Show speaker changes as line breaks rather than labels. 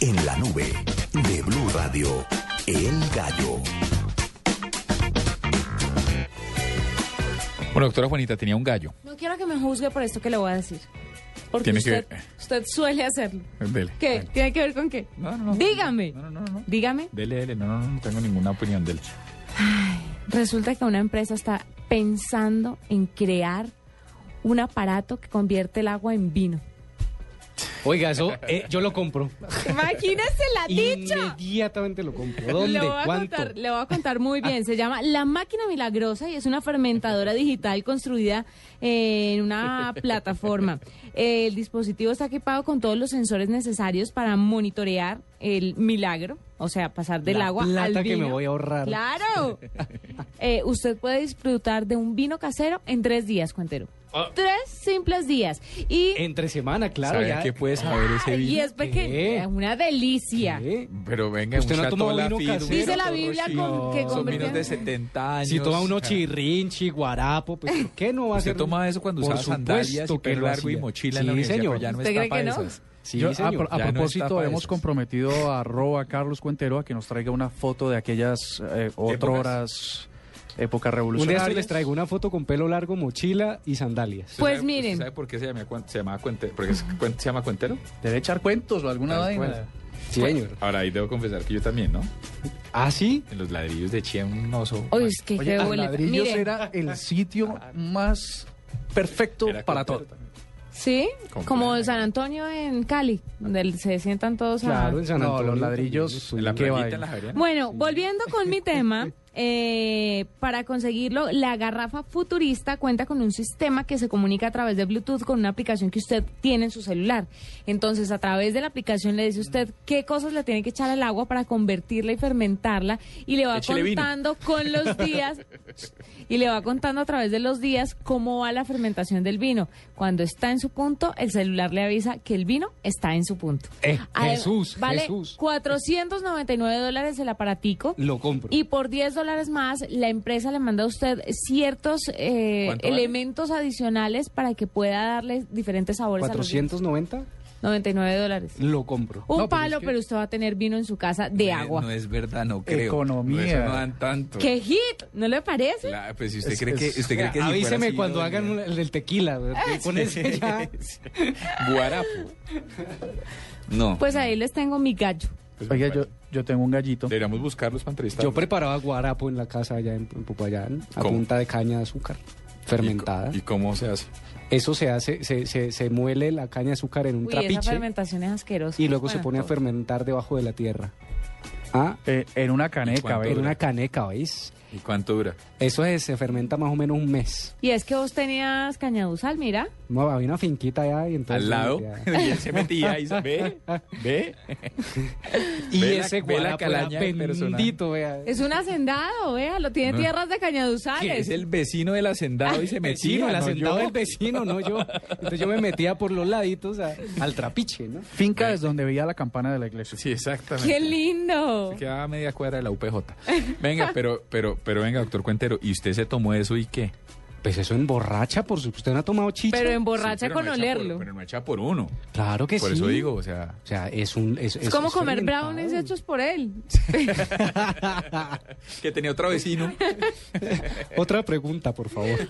En la nube de Blue Radio, El Gallo.
Bueno, doctora Juanita, tenía un gallo.
No quiero que me juzgue por esto que le voy a decir. Porque
Tiene
usted,
que- eh.
usted suele hacerlo.
Dele.
¿Qué? ¿Tiene que ver con qué?
No, no, no.
Dígame.
No, no, no, no.
Dígame.
Dele, dele. No, no, no, no tengo ninguna opinión de él.
Resulta que una empresa está pensando en crear un aparato que convierte el agua en vino.
Oiga, eso eh, yo lo compro.
Imagínese la dicha.
Inmediatamente lo compro.
Le
¿Dónde?
voy, a
¿Cuánto? Ah.
contar, le voy a contar muy bien. Se llama La Máquina Milagrosa y es una fermentadora digital construida eh, en una plataforma. El dispositivo está equipado con todos los sensores necesarios para monitorear el milagro, o sea, pasar del
La
agua al
plata
vino.
que me voy a ahorrar.
¡Claro! Eh, usted puede disfrutar de un vino casero en tres días, cuentero.
Ah.
Tres simples días. Y,
Entre semana, claro.
¿Sabe
Ya.
qué puede saber ese
y
vino?
es pequeño.
¿Qué?
Una delicia.
¿Qué?
Pero venga,
¿Usted
un
no ha
Chateau
tomado vino
Lafite, un
casero?
Dice la
Chateau
Biblia
Rothschild,
con- que
Son
convirtió
menos de
en-
70 años.
Si toma uno chirrinchi, guarapo, pues ¿por qué no va a
Usted
ser?
toma eso cuando
Por
usaba sandalias
supuesto
y
que
pelo
lo
largo y
hacía.
mochila en
sí,
la universidad,
señor.
pero ya no
¿Usted
está
cree
para
que no?
esas. Sí,
Yo, a
señor,
pro- a,
ya no
propósito,
está para
hemos
esas.
comprometido a arroba Carlos Cuentero a que nos traiga una foto de aquellas eh, otroras épocas
Un día
revolucionarias.
les traigo una foto con pelo largo, mochila y sandalias.
¿Usted
Pues
sabe-
miren.
¿usted ¿Sabe por qué se llama, Cuentero? se llama Cuentero? Porque es- Cuent- se llama Cuentero.
Debe echar cuentos o alguna vaina.
Sí, señor.
Ahora ahí debo confesar que yo también, ¿no?
¿Ah, sí?
En los ladrillos de Chía, un oso.
Oye, es que
Oye,
qué
Los
boleta.
Ladrillos
Mire,
era el sitio más perfecto
Era
para
Cuentero
todo.
también.
¿Sí?
Con
Como
plena.
San Antonio en Cali, donde se sientan todos a...
Claro, en San
No,
Antonio.
los ladrillos,
En la
Qué
playita,
vaina.
en la Javeriana.
Bueno, volviendo con mi tema, eh, para conseguirlo, la garrafa futurista cuenta con un sistema que se comunica a través de Bluetooth con una aplicación que usted tiene en su celular. Entonces, a través de la aplicación le dice usted qué cosas le tiene que echar al agua para convertirla y fermentarla y le va
Échele vino.
contando con los días y le va contando a través de los días cómo va la fermentación del vino. Cuando está en su punto, el celular le avisa que el vino está en su punto.
Eh,
Adem-
Jesús,
vale
Jesús.
499 dólares el aparatico.
Lo compro.
Y por 10 dólares más, la empresa le manda a usted ciertos eh,
¿Cuánto vale?
elementos adicionales para que pueda darle diferentes sabores a
490,
los 99 dólares.
lo compro.
Un
No, pero
palo,
es que-
pero usted va a tener vino en su casa de
Eh,
agua.
No es verdad, no creo.
Economía.
No, eso no dan tanto.
¡Qué hit! ¿No le parece?
La- pues si usted
Es-
cree que,
es-
usted cree que si fuera
Avíseme
así,
cuando
yo-
hagan un- el del tequila.
Ah,
Con ese ya.
Guarapo. No. Pues,
Pues ahí les tengo mi gallo.
Oiga, yo, yo tengo un gallito.
Deberíamos buscarlos para entrevistar.
Yo preparaba guarapo en la casa allá en, en Popayán, a
¿Cómo?
punta de caña de azúcar fermentada.
¿Y cómo se hace?
Eso se hace, se, se, se muele la caña de azúcar en un
Uy, esa
trapiche
fermentación es asquerosa.
y luego se
Bueno,
pone a
todo.
fermentar debajo de la tierra. Ah,
Eh, en una
¿Y
caneca,
cuánto
¿ves?
en
dura?
una caneca, ¿veis?
¿Y cuánto dura?
Eso es, se fermenta más o menos un mes.
Y es que vos tenías cañaduzal, mira.
No, había una finquita allá y entonces...
Al lado.
Pues, ya.
y él se metía y dice, ve, ve.
Y
Ve la-
ese
ve la
guarapo era
calaña del personaje.
bendito, vea.
Es un hacendado, vea, lo tiene
No.
tierras de
Que
cañaduzales.
es el vecino del hacendado y se metía.
Ah, Vecino, el
¿no?
hacendado
Yo-
del vecino, no yo. Entonces yo me metía por los laditos a- al trapiche, ¿no?
Finca desde donde veía la campana de la iglesia.
Sí, exactamente.
¡Qué lindo!
Se quedaba a media cuadra de la UPJ. Venga, pero, pero, pero venga, doctor Cuentero, ¿y usted se tomó eso y qué?
Pues eso emborracha, por supuesto. ¿Usted no ha tomado chicha?
Pero em-
Sí,
emborracha
pero
con
no echa por-
olerlo.
pero no echa por uno.
Claro que
Por
sí.
eso digo, o sea,
O sea, es un... Es,
es como comer brownies hechos por él.
que tenía otro vecino.
Otra pregunta, por favor.